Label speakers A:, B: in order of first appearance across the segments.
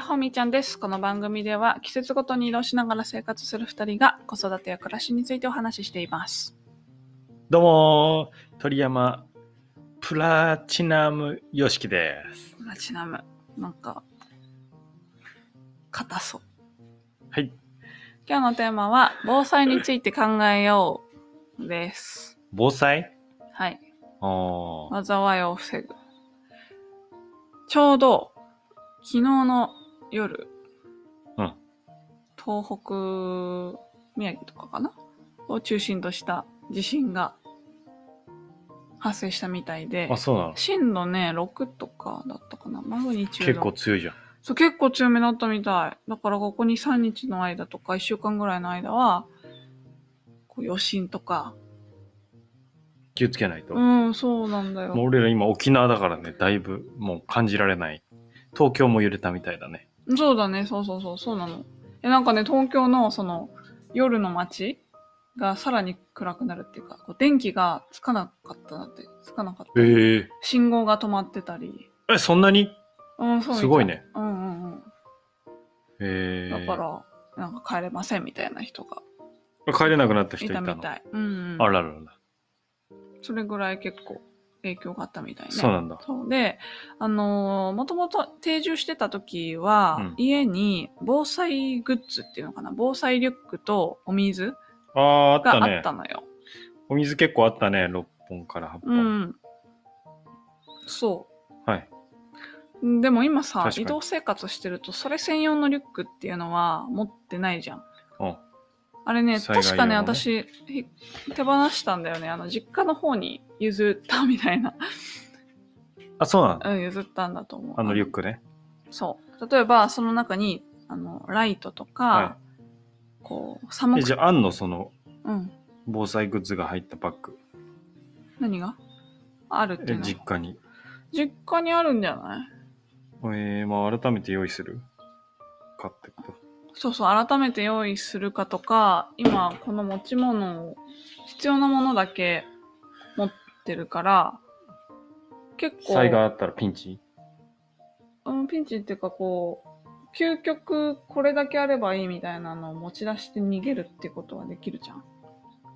A: ほみちゃんです。この番組では季節ごとに移動しながら生活する2人が子育てや暮らしについてお話ししています。
B: どうもー鳥山プラチナムよしきです。
A: プラチナム、なんか、硬そう。
B: はい、
A: 今日のテーマは防災について考えようです。
B: 防災
A: はい。
B: おー
A: 災いを防ぐ。ちょうど、昨日の夜、
B: うん
A: 東北、宮城とかかなを中心とした地震が発生したみたいで
B: あ、、そうなの
A: 震度ね、6とかだったかなマグニチュー
B: 結
A: ド。
B: 構強いじゃん。
A: そう、結構強めだったみたい。だからここに3日の間とか1週間ぐらいの間は、こう余震とか。
B: 気をつけないと。
A: う
B: も
A: ん、そうなんだよ。
B: う俺ら今沖縄だからね、だいぶもう感じられない。東京も揺れたみたいだね。
A: そうだね、そうそうそう、そうなの。え、なんかね、東京のその夜の街がさらに暗くなるっていうか、こう電気がつかなかったなって、つかなかった。
B: え
A: 信号が止まってたり。
B: ええ、そんなに
A: うん、そうみた
B: すごい。ね。
A: うんうんうん。
B: え
A: だ
B: え
A: から、なんか帰れませんみたいな人が
B: 帰れなくなった人
A: い
B: いた
A: た
B: の
A: みたい。うん、うん。
B: あらららら、
A: それぐらい結構影響があったみたいね。
B: そうなんだ。
A: そうで、あのもともと定住してた時は、
B: うん
A: 家に防災グッズっていうのかな、防災リュックとお水
B: ああ、あっ
A: が
B: た
A: あっ
B: ね
A: た。のよ。
B: お水結構あったね。6本から8
A: う
B: 本。
A: ん。そ
B: はい。
A: う。でも今さ
B: 確、かに
A: 移動生活してると、それ専用のリュックっていうのは持ってないじゃん。
B: うん
A: あれね、
B: 災害
A: 確かね、
B: 用のね
A: 私、ひ手放したんだよね。あの、実家の方に譲ったみたいな。
B: あ、そうなの
A: うん、譲ったんだと思う。
B: あのリュックね。
A: そう。例えば、その中に、あの、ライトとか、
B: は
A: こう、寒
B: え、じ
A: く、
B: ゃあ、あんのその、
A: うん。
B: 防災グッズが入ったバッグ。
A: 何があるってい
B: え
A: うの
B: 実家に。
A: 実家にあるんじゃない
B: えー、まあ改めて用意するかってこと。
A: そうそう、改めて用意するかとか、今、この持ち物を、必要なものだけ持ってるから、結構、
B: 災害あったらピンチ
A: うん、ピンチっていうか、こう、究極これだけあればいいみたいなのを持ち出して逃げるってことはできるじゃん。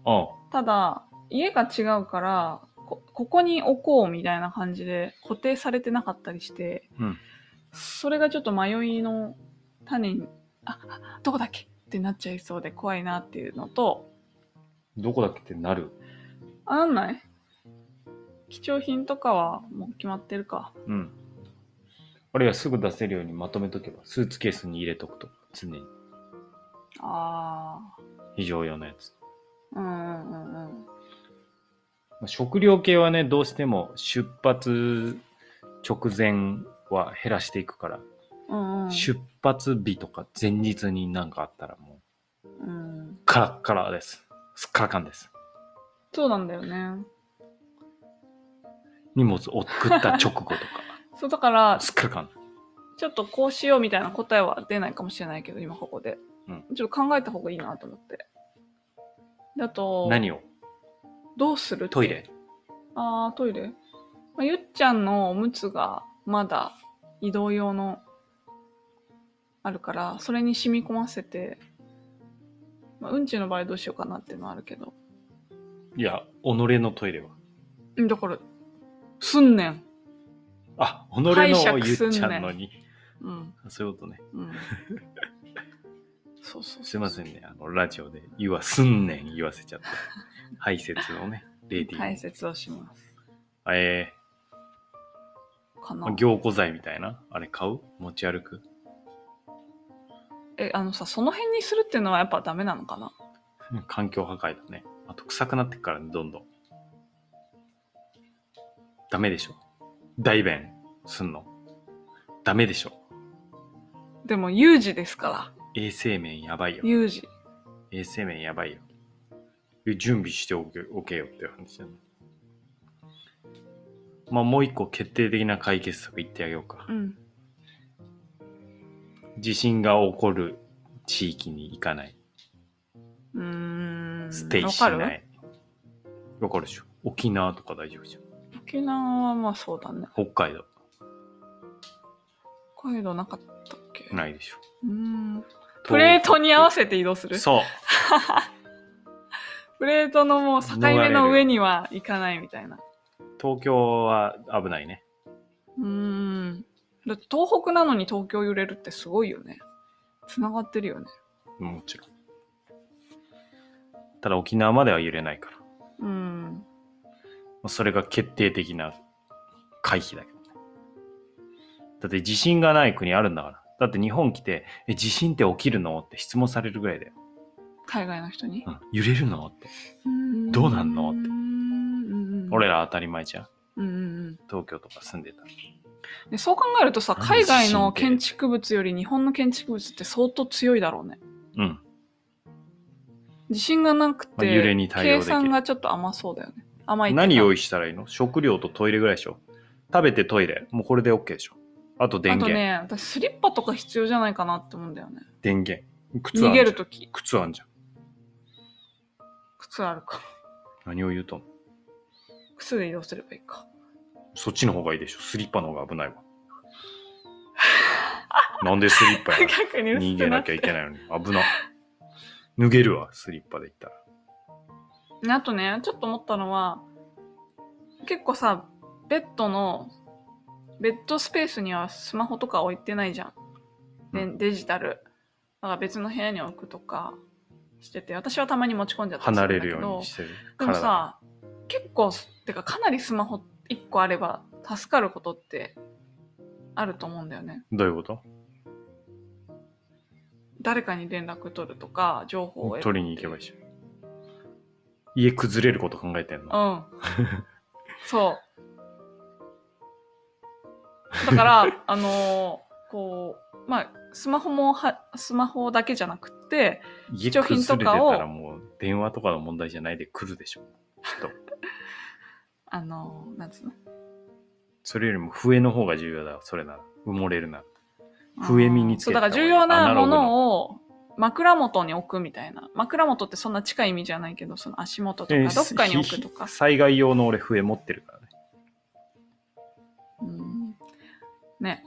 B: ああ。
A: ただ、家が違うから、こここに置こうみたいな感じで固定されてなかったりして、
B: うん
A: それがちょっと迷いの種に、あ、あどこだっけってなっちゃいそうで怖いなっていうのと、
B: どこだっけってなる。
A: あ、なんない貴重品とかはもう決まってるか。
B: うん。あるいはすぐ出せるようにまとめとけば、スーツケースに入れとくと。常に。
A: あ
B: 非常用のやつ。
A: ー、うんうんうんうん。
B: まあ食料系はね、どうしても出発直前は減らしていくから、
A: うんうん、
B: 出発日とか前日になんかあったらもう、
A: うん、
B: カラッカラです。すっからかんです。
A: そうなんだよね。
B: 荷物送った直後とか、
A: そうだから、
B: すっからかん。
A: ちょっとこうしようみたいな答えは出ないかもしれないけど、今ここで。
B: うん
A: ちょっと考えた方がいいなと思って。だと、
B: 何を
A: どうする
B: トイレ
A: ああ、トイレ、まあ、ゆっちゃんのおむつがまだ移動用のあるから、それに染み込ませて、まあ、うんちの場合どうしようかなっていうのはあるけど。
B: いや、己のトイレは。
A: うんだから、すんねん。
B: あ、己
A: 拝
B: のを
A: 借
B: 言っ
A: すんねん
B: ちゃうのに。
A: うん。
B: そういうことね。
A: うん。そうそうそう。
B: すいませんね。あの、ラジオで、言わ、すんねん言わせち ゃった。排泄をね、レディー。
A: 大切をします。
B: え
A: かな
B: ー、。凝固剤みたいな。あれ買う持ち歩く
A: え、あのさ、その辺にするっていうのはやっぱダメなのかな
B: うん環境破壊だね。あと、臭くなってくからね、どんどん。ダメでしょ。大便すんの。ダメでしょ。
A: でも、有事ですか
B: 衛生面やばいよ
A: ら。。有事。
B: 衛生面やばいよ。え準備しておけおけよっていう話だね。まあもう一個決定的な解決策言ってあげようか
A: う。ん。
B: 地震が起こる地域に行かない。
A: うーん。
B: ステイし
A: わか
B: な
A: る
B: い。わかるでしょ。沖縄とか大丈夫じゃん。
A: 沖縄はまあそうだね。
B: 北海道。
A: 北海道なかったかけ
B: ないでしょ。
A: うーんプレートに合わせて移動する
B: そう。
A: プレートのもう境目の上には行かないみたいな
B: 東京は危ないね。
A: うーんだって東北なのに東京揺れるってすごいよねつながってるよね
B: もちろん。ただ沖縄までは揺れないから。
A: うん
B: まあそれが決定的な回避だけどね。だって地震がない国あるんだから。だって日本来て、え、地震って起きるのって質問されるぐらいだよ。
A: 海外の人に
B: うん、揺れるのって。どうなんのって
A: って
B: 俺ら当たり前じゃん。
A: うんうん
B: 東京とか住んでた
A: う
B: ら。
A: んでそう考えるとさ
B: 何
A: 海外の建築物より日本の建築物って相当強いだろうね
B: うん。
A: 地震がなくて、
B: まあ揺れに対応できる
A: 計算がちょっと甘そうだよね甘いっていうか
B: 何用意したらいいの食料とトイレぐらいでしょ。食べてトイレ。もうこれで OK でしょ。あと電
A: あと
B: 源。
A: ね私スリッパとか必要じゃないかなって思うんだよね
B: 電源。靴
A: 逃
B: あんじ
A: げ
B: ゃ
A: る
B: ん。
A: とき
B: 靴あんじゃん。
A: 靴あるか
B: 何を言うとんの
A: 靴で移動すればいい か
B: そっちの方がいいでしょ。スリッパの方が危な いわ。なんでスリッパやねん
A: 逆 に薄
B: 逃げ
A: くな
B: な
A: っ
B: きゃ
A: て
B: いけないのに。危な。脱げるわ、スリッパで行った ら。
A: あとねちょっと思ったのは結構さベッドのベッドスペースにはスマホとか置いてないじゃん、で
B: うん
A: デジタルだから別の部屋に置くとかしてて私はたまに持ち込んじゃったりす
B: 離
A: る
B: れ
A: んだ
B: る
A: け
B: よう
A: ど
B: にしてる。
A: でもさ結構てかかなりスマホ1個あれば助かることってあると思うんだよね
B: 体がどういうこと
A: 誰かに連絡取るとか情報を得る
B: 取りに行けばいいじゃん。家崩れること考えてんの
A: うん。そう。だ から、あのーこう、まあ、スマホもは、スマホだけじゃなくって、
B: 家
A: 貴重
B: 崩
A: 品
B: れ
A: と
B: てた
A: かを
B: らもう電話とかの問題じゃないで来るでしょ。
A: あのーなんつうの
B: それよりも笛の方が重要だわ、それなら。埋もれるなら。笛身につ
A: そ
B: け
A: う、だ
B: た
A: か
B: 方
A: ら
B: がいい
A: 重要な
B: アナロ
A: も
B: グの
A: のを枕元に置くみたいな。枕元ってそんな近い意味じゃないけど、その足元と
B: え
A: か、
B: ー
A: どっかに置くと か。
B: 災害用の俺笛持ってるからね。
A: うん。ね。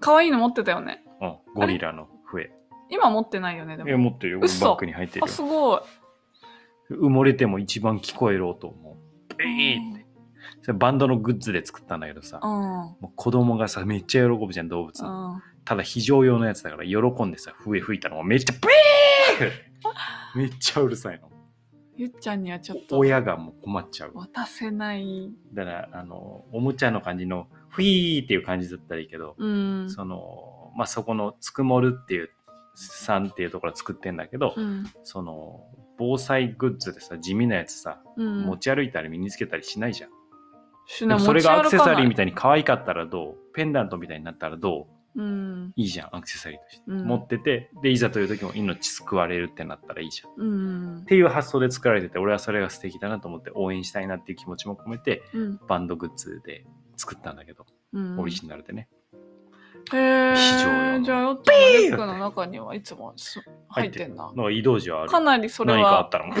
A: 可愛いの持ってたよね。
B: うん、ゴリラの笛。
A: 今持ってないよね、で
B: え、
A: も。
B: 持ってるよ。バ
A: 嘘
B: ッグに入ってる
A: あ、
B: よ。
A: すごい。
B: 埋もれても一番聞こえる音をもう、ベーンって。それバンドのグッズで作ったんだけどさ
A: う、ん。うん。
B: もう子供がさ、めっちゃ喜ぶじゃん、動物の。ただ非常用のやつだから、喜んでさ、笛吹いたのがめっちゃ、ベーンめ っちゃうるさいの。
A: ゆっちゃんにはちょっと。
B: 親がもう困っちゃう。
A: 渡せない。
B: だから、あの、おもちゃの感じの、フィーっていう感じだったらいいけど、
A: うん。
B: その、まあ、そこの、つくもるっていう、さんっていうところは作ってんだけど、
A: うん。
B: その、防災グッズでさ、地味なやつさ、
A: うん。
B: 持ち歩いたり身につけたりしないじゃん。
A: し
B: で
A: な
B: もそれがアクセサリー
A: たい。
B: みたいに可愛かったらどうペンダントみたいになったらど
A: う
B: う
A: ん。
B: いいじゃん、アクセサリーとして。
A: うん
B: 持ってて、で、いざという時も命救われるってなったらいいじゃん。っ
A: うん。
B: ていう発想で作られてて、俺はそれが素敵だなと思って応援したいなっていう気持ちも込めて、
A: うん。
B: バンドグッズで作ったんだけど、
A: うん。
B: オリジナルでね。
A: へえ
B: 非常用の
A: じゃあ、よっちゃんのリュックの中にはいつもす入ってんだ。
B: のが移動時はある。
A: かなりそれ
B: 何かあっ
A: は。
B: たらもう、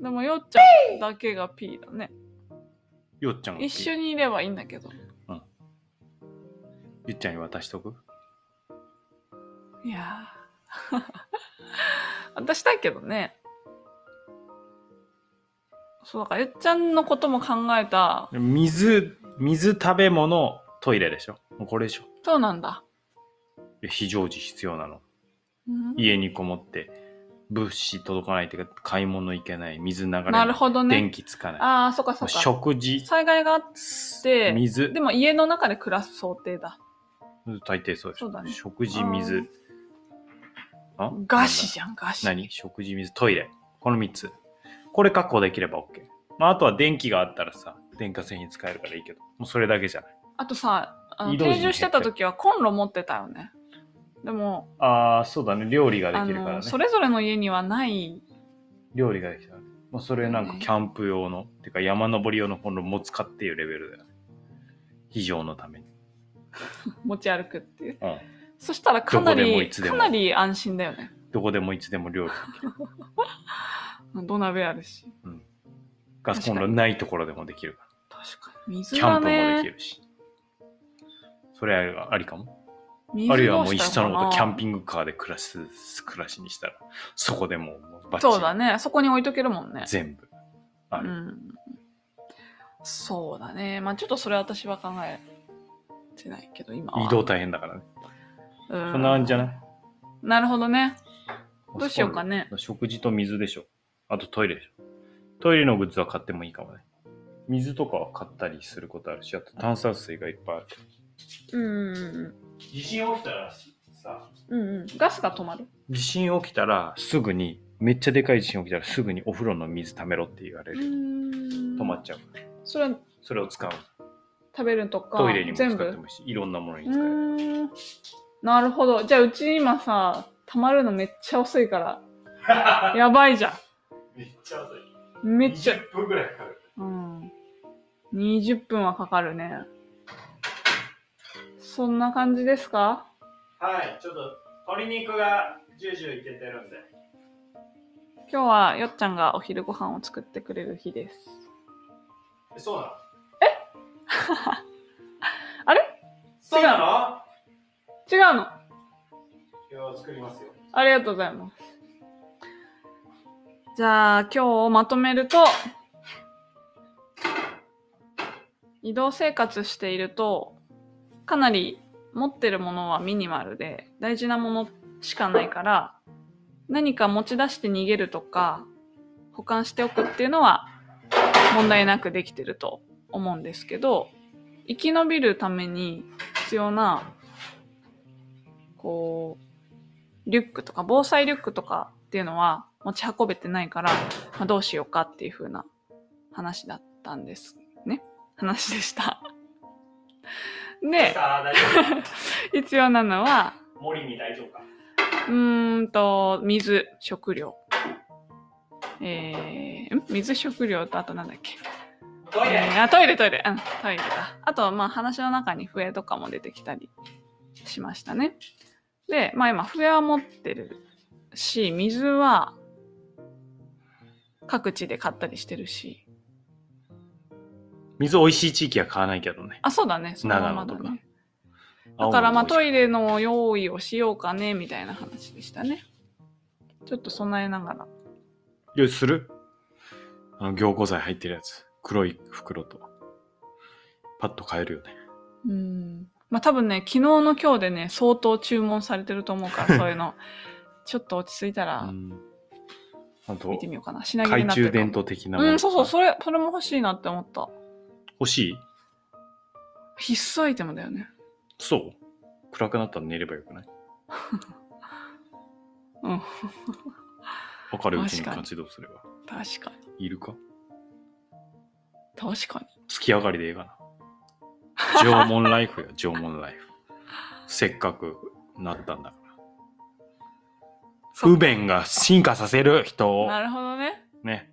A: でも、よっちゃんだけが P だね。
B: よっちゃんが
A: 一緒にいればいいんだけど。
B: ゆっちゃんに渡しとく
A: いやー。 私だけどね。そうだから、ゆっちゃんのことも考えた。
B: 水、水食べ物、トイレでしょもうこれでしょ
A: そうなんだ。
B: いや非常時必要なの。
A: うん
B: 家にこもって物資届かないというか買い物行けない水流れ
A: なる
B: ない
A: ほどね。
B: 電気つかない
A: ああ、そっかそっか。
B: 食事
A: 災害があって
B: 水
A: でも家の中で暮らす想定だ。
B: 大抵そうです
A: そうだね
B: 食事
A: あ
B: 水あ
A: 餓死じゃん、餓死。
B: 何食事水トイレこの3つこれ確保できれば OK、まあ、あとは電気があったらさ電化製品使えるからいいけどもうそれだけじゃない
A: あとさ、あの
B: 移動時に
A: 定住してた時はコンロ持ってたよね。でも、
B: ああそうだね料理が
A: あ
B: できるから
A: の、
B: ね
A: それぞれの家にはない。
B: 料理ができたらねもうそれなんかキャンプ用の、てか山登り用のコンロも使っていうレベルだよね非常のために
A: 持ち歩くっていう。
B: うん
A: そしたらかな
B: どこでもい
A: り、
B: つで
A: か
B: も
A: なり安心だよね。
B: どこでもいつでも 料理できる。
A: 土鍋あるし。
B: ガスコンロないところでもできるか
A: 確かに。
B: ら。キ
A: 水
B: ャ
A: が
B: ンプもでき
A: ね、
B: るし。それはありかも。
A: 水
B: あるいはもういっその
A: ど
B: こ
A: う
B: と
A: し
B: キ
A: た
B: ャ
A: の
B: ン
A: か
B: ピングカーで暮らす暮らしにしたら、そこでもうもう
A: な
B: バッチリ
A: そうだね。そこに置いとけるもんね。
B: 全部あ
A: う
B: る。
A: ん。そうだね。まあちょっとそれは私は考えてないけど、今は。
B: 移動大変だからね。
A: うん。
B: そんな感じじゃない
A: なるほどね。どうしようかね。
B: 食事と水でしょ。あとトイレでしょ。トイレのグッズは買ってもいいかもね。水とかは買ったりすることあるし、あと炭酸水がいっぱいある。
A: うんうん
B: 地震起きたらさ、
A: うん。うんうん。ガスが止まる。
B: 地震起きたらすぐに、めっちゃでかい地震起きたらすぐにお風呂の水溜めろって言われ
A: う
B: る。
A: ん。
B: 止まっちゃう。
A: それは
B: それを使う。
A: 食べるとか、
B: トイレにも使
A: 全
B: って
A: 部。
B: もいいし、いろんなものに
A: う
B: 使える。
A: ーんなるほど。じゃあ、うち今さ、溜まるのめっちゃ遅い から、やばいじゃ
B: めっちゃ遅い。
A: ん。めっちゃ、
B: 分ぐらいかかる。
A: うん。20分はかかるね。そんな感じですか
B: はい、ちょっと鶏肉がジュージューいけてるんで。
A: 今日はよっちゃんがお昼ご飯を作ってくれる日です。
B: そうなの
A: あれそうな
B: の
A: 違うの
B: 今日作りますよ。
A: ありがとうございます。じゃあ、今日をまとめると、移動生活していると、かなり持ってるものはミニマルで、大事なものしかないから、何か持ち出して逃げるとか、保管しておくっていうのは問題なくできてると思うんですけど、生き延びるために必要な、こう、リュックとか防災リュックとかっていうのは持ち運べてないから、まあ、どうしようかっていう風な話だったんですね。話でした。で、
B: さあ、大丈
A: 必要なのは、
B: 夫。森に大丈夫か。
A: うーんと、水、食料。えー、ん水、食料とあとなんだっけ。
B: トイ
A: え
B: レ
A: ーあ、トイレ、トイレ。うん、トイレだ。あとは、まあ、話の中に笛とかも出てきたりしましたね。で、まあ今、笛は持ってるし、水は各地で買ったりしてるし。
B: 水美味しい地域は買わないけどね。
A: あ、そうだね。そのままだ
B: 長野
A: ね。だから、まあ、トイレの用意をしようかね、みたいな話でしたね。ちょっと備えながら。
B: レ。するあの、凝固剤入ってるやつ。黒い袋と。パッと買えるよね。
A: うん。まあ多分ね、昨日の今日でね、相当注文されてると思う から、そういうの。ちょっと落ち着いた
B: う
A: ら
B: ん。あと
A: 見、てみようかな。品切れに
B: 懐
A: なってる
B: 中
A: かも
B: 電灯的なもの。
A: うん、そうそう、それ、それも欲しいなって思った。
B: 欲しい
A: 必須アイテムだよね。
B: そう暗くなったら寝ればよくない
A: うん、
B: 明るいうち
A: 確
B: に
A: かに
B: 活動すれば。
A: 確かに。
B: いるか
A: 確かに。
B: 月上がりでええかな。縄文ラ イフよ、縄文ライフ。せっかくなったんだから。不便が進化させる人を
A: な。るほどね。
B: ね。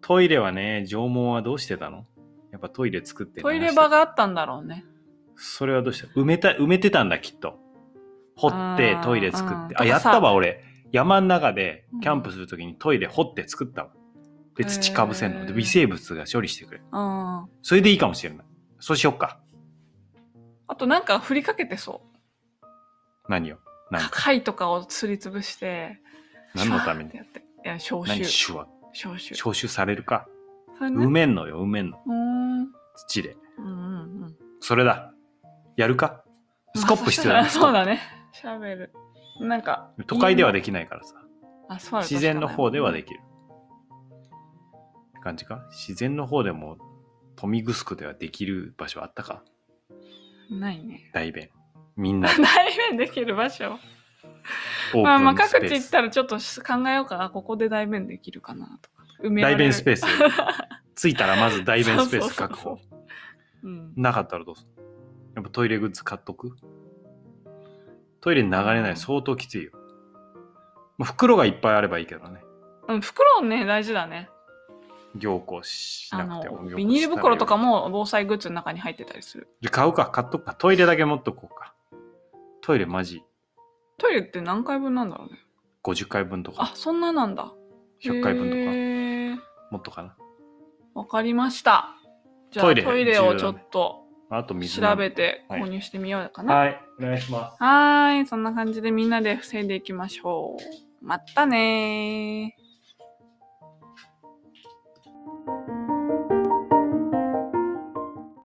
B: トイレはね、縄文はどうしてたのやっぱトイレ作って
A: トイレ
B: 流してた
A: 場があったんだろうね。
B: それはどうした埋めた、埋めてたんだ、きっと。掘って
A: あー
B: トイレ作
A: うん
B: って。
A: とか
B: あ、やったわ、俺。山の中で
A: うん
B: キャンプするときにトイレ掘って作ったわ。で、
A: へー
B: 土かぶせんの。で、微生物が処理してくれる。
A: うん。あ
B: それでいいかもしれない。そうしよっか。
A: となんか振りかけてそ
B: 何を
A: う。
B: 何か
A: 貝とかをすりつぶして、
B: 何のために
A: シュワーってやって。いや、消
B: 何
A: 臭。
B: 手話
A: 消臭。
B: 消臭されるか。
A: それね。
B: 埋めんのよ、埋めんの。
A: うーん。うん
B: 土で。
A: うんうん。
B: それだ。やるかスコップ必要だ
A: ま
B: ね。
A: あ
B: スコ
A: そう
B: ッ
A: だね。シャベル。なんか。
B: プ都会では
A: で
B: できないからさ。
A: きる。
B: 自然の方ではで
A: き
B: きる。って感じか自然の方でも、豊見城ではできる場所あったか
A: ないね。
B: 大便。みんなで
A: 内面できる場所。
B: オ
A: まあまあ
B: ープンス
A: 各
B: ペ
A: 地
B: ー
A: 行っ
B: ス。
A: たらちょっと考えようかな。ここで代弁できるかなとか。埋められ
B: 大
A: る
B: 便ス ペース。着いたらまず大便スペース確
A: そう
B: 保
A: そ。うん。
B: なかったらどうするやっぱトイレグッズ買っとくトイレに流れない相当きついよ。まあ、袋がいっぱいあればいいけどね。
A: うん、袋ね、大事だね。
B: 凝固し
A: あ
B: なくても。
A: の、ビニール袋とか。も防災グッズの中に入ってたりする。
B: じゃあ買うか、買っとくか。トイレだけ持っとこうか。トイレマジ
A: トイレって何回分なんだろうね。
B: 50回分と
A: あ
B: か、、
A: そんななんだ。
B: 100回分とか、
A: 分
B: もっとかな。
A: とか。わかりました。じゃあ
B: ト
A: ト
B: イ
A: イ
B: レ
A: レ
B: 重要だ
A: を
B: ね
A: ちょっと
B: あと水飲む
A: 調べて
B: はい
A: 購入してみようかな。
B: はい、お願いします。
A: はーい、そんな感じでみんなで防いでいきましょう。まったねー。